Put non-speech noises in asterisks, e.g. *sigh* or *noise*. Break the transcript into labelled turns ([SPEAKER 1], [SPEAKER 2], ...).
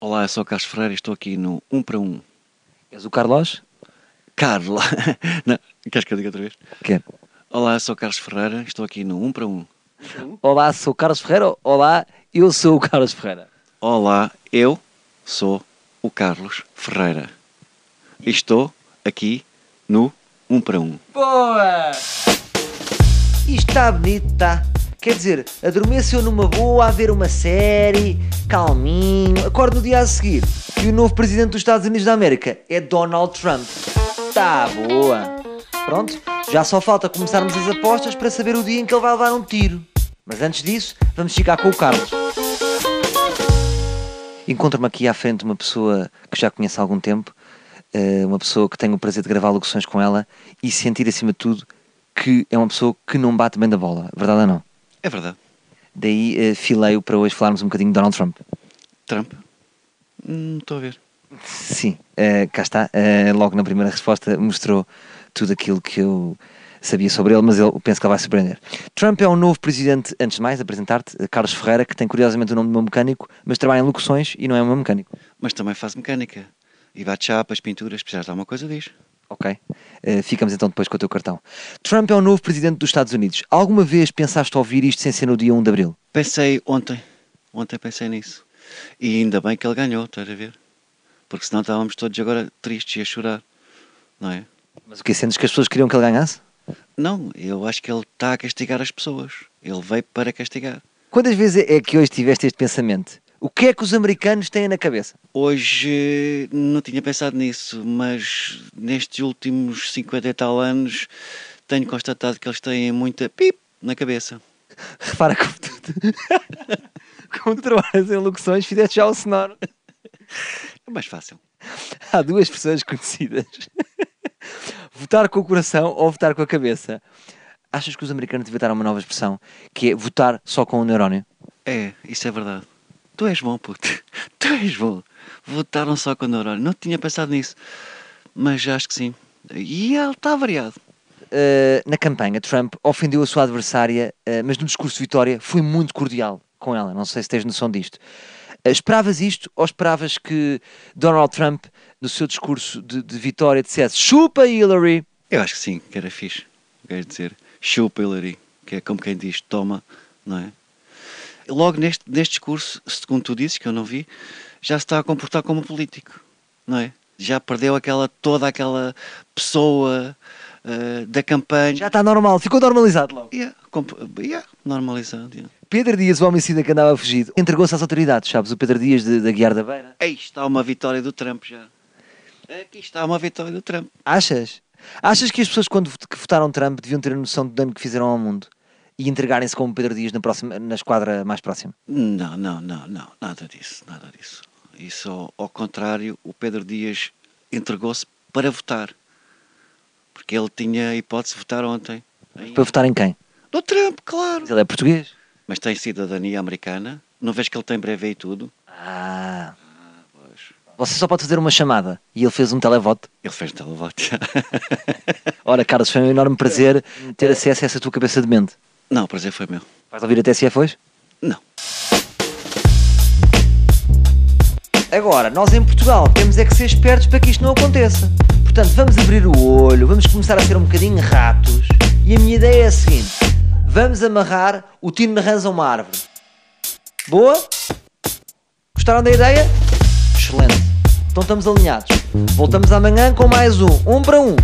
[SPEAKER 1] Olá, eu sou o Carlos Ferreira e estou aqui no 1 para 1.
[SPEAKER 2] És o Carlos?
[SPEAKER 1] Carla! *laughs* Não, queres que eu diga outra vez?
[SPEAKER 2] Quer.
[SPEAKER 1] Olá, eu sou o Carlos Ferreira e estou aqui no 1 para 1.
[SPEAKER 2] Olá, sou o Carlos Ferreira. Olá, eu sou o Carlos Ferreira.
[SPEAKER 1] Olá, eu sou o Carlos Ferreira e estou aqui no 1 para 1.
[SPEAKER 2] Boa! Isto está bonito, tá? Quer dizer, adormeceu numa boa a ver uma série, calminho, acorda no dia a seguir. E o novo presidente dos Estados Unidos da América é Donald Trump. Tá boa! Pronto, já só falta começarmos as apostas para saber o dia em que ele vai levar um tiro. Mas antes disso, vamos ficar com o Carlos. Encontro-me aqui à frente uma pessoa que já conheço há algum tempo, eh, uma pessoa que tenho o prazer de gravar locuções com ela e sentir, acima de tudo, que é uma pessoa que não bate bem da bola, verdade ou não?
[SPEAKER 1] É verdade.
[SPEAKER 2] Daí eh, filei-o para hoje falarmos um bocadinho de Donald Trump.
[SPEAKER 1] Trump? Hum, estou a ver.
[SPEAKER 2] Sim, eh, cá está. Eh, logo na primeira resposta mostrou tudo aquilo que eu sabia sobre ele, mas eu penso que ele vai surpreender. Trump é o novo presidente, antes de mais, apresentar-te, eh, Carlos Ferreira, que tem curiosamente o nome de meu mecânico, mas trabalha em locuções e não é meu mecânico.
[SPEAKER 1] Mas também faz mecânica. E bate chapas, pinturas, precisas de alguma coisa diz.
[SPEAKER 2] Ok. Eh, ficamos então depois com o teu cartão. Trump é o novo presidente dos Estados Unidos. Alguma vez pensaste ouvir isto sem ser no dia 1 de abril?
[SPEAKER 1] Pensei ontem. Ontem pensei nisso. E ainda bem que ele ganhou, estás a ver? Porque senão estávamos todos agora tristes e a chorar. Não é?
[SPEAKER 2] Mas o que sentes que as pessoas queriam que ele ganhasse?
[SPEAKER 1] Não, eu acho que ele está a castigar as pessoas. Ele veio para castigar.
[SPEAKER 2] Quantas vezes é que hoje tiveste este pensamento? O que é que os americanos têm na cabeça? *laughs*
[SPEAKER 1] Hoje eh, não tinha pensado nisso, mas nestes últimos 50 e tal anos tenho constatado que eles têm muita pip na cabeça.
[SPEAKER 2] Repara como tu, *laughs* como tu trabalhas em locuções, fizeste já o sonoro. *laughs*
[SPEAKER 1] É mais fácil.
[SPEAKER 2] Há duas pessoas conhecidas: *laughs* votar com o coração ou votar com a cabeça. Achas que os americanos devem dar uma nova expressão, que é votar só com o neurónio?
[SPEAKER 1] É, isso é verdade. Tu és bom, puto. *laughs* Tu és bom. um Votaram só com o neurónio. Não tinha pensado nisso, mas acho que sim. E ele está variado.
[SPEAKER 2] Uh, na campanha, Trump ofendeu a sua adversária, uh, mas no discurso de vitória foi muito cordial com ela. Não sei se tens noção disto. Uh, esperavas isto ou esperavas que Donald Trump, no seu discurso de, de vitória, dissesse chupa Hillary?
[SPEAKER 1] Eu acho que sim, que era fixe. Quer dizer, chupa Hillary, que é como quem diz, toma, não é? Logo neste, neste discurso, segundo tu dizes, que eu não vi, já se está a comportar como um político, não é? Já perdeu aquela, toda aquela pessoa eh, da campanha.
[SPEAKER 2] Já tá- está normal, ficou normalizado logo.
[SPEAKER 1] Yeah, comp- yeah, normalizado. yeah.
[SPEAKER 2] Pedro Dias, o homicida que andava fugido, entregou-se às autoridades, sabes? O Pedro Dias de- da Guiar da Beira.
[SPEAKER 1] Aí está uma vitória do Trump já. Aqui está uma vitória do Trump.
[SPEAKER 2] Achas? Achas que as pessoas quando vot- que votaram Trump deviam ter a noção do dano que fizeram ao mundo e entregarem-se como Pedro Dias na, próxima, na esquadra mais próxima?
[SPEAKER 1] Não, não, não, não, nada disso, nada disso. Isso, ao, ao contrário, o Pedro Dias entregou-se para votar. Porque ele tinha a hipótese de votar ontem. Aí-
[SPEAKER 2] Para votar em quem?
[SPEAKER 1] No Trump, claro.
[SPEAKER 2] Mas Ele é português.
[SPEAKER 1] Mas tem cidadania americana. Não vês que ele tem breve e tudo?
[SPEAKER 2] Ah. Você só pode fazer uma chamada. E ele fez um televoto.
[SPEAKER 1] Ele fez televoto.
[SPEAKER 2] Ora, Carlos, foi um enorme prazer ter acesso a essa tua cabeça de mente.
[SPEAKER 1] *laughs* não, o prazer foi meu.
[SPEAKER 2] Vais ouvir a TSF hoje?
[SPEAKER 1] Não.
[SPEAKER 2] Agora, nós em Portugal temos é que ser espertos para que isto não aconteça. Portanto, vamos abrir o olho, vamos começar a ser um bocadinho ratos. E a minha ideia é a seguinte: vamos amarrar o tino de rãs a uma árvore. Boa? Gostaram da ideia? Excelente. Então estamos alinhados. Voltamos amanhã com mais um. Um para um.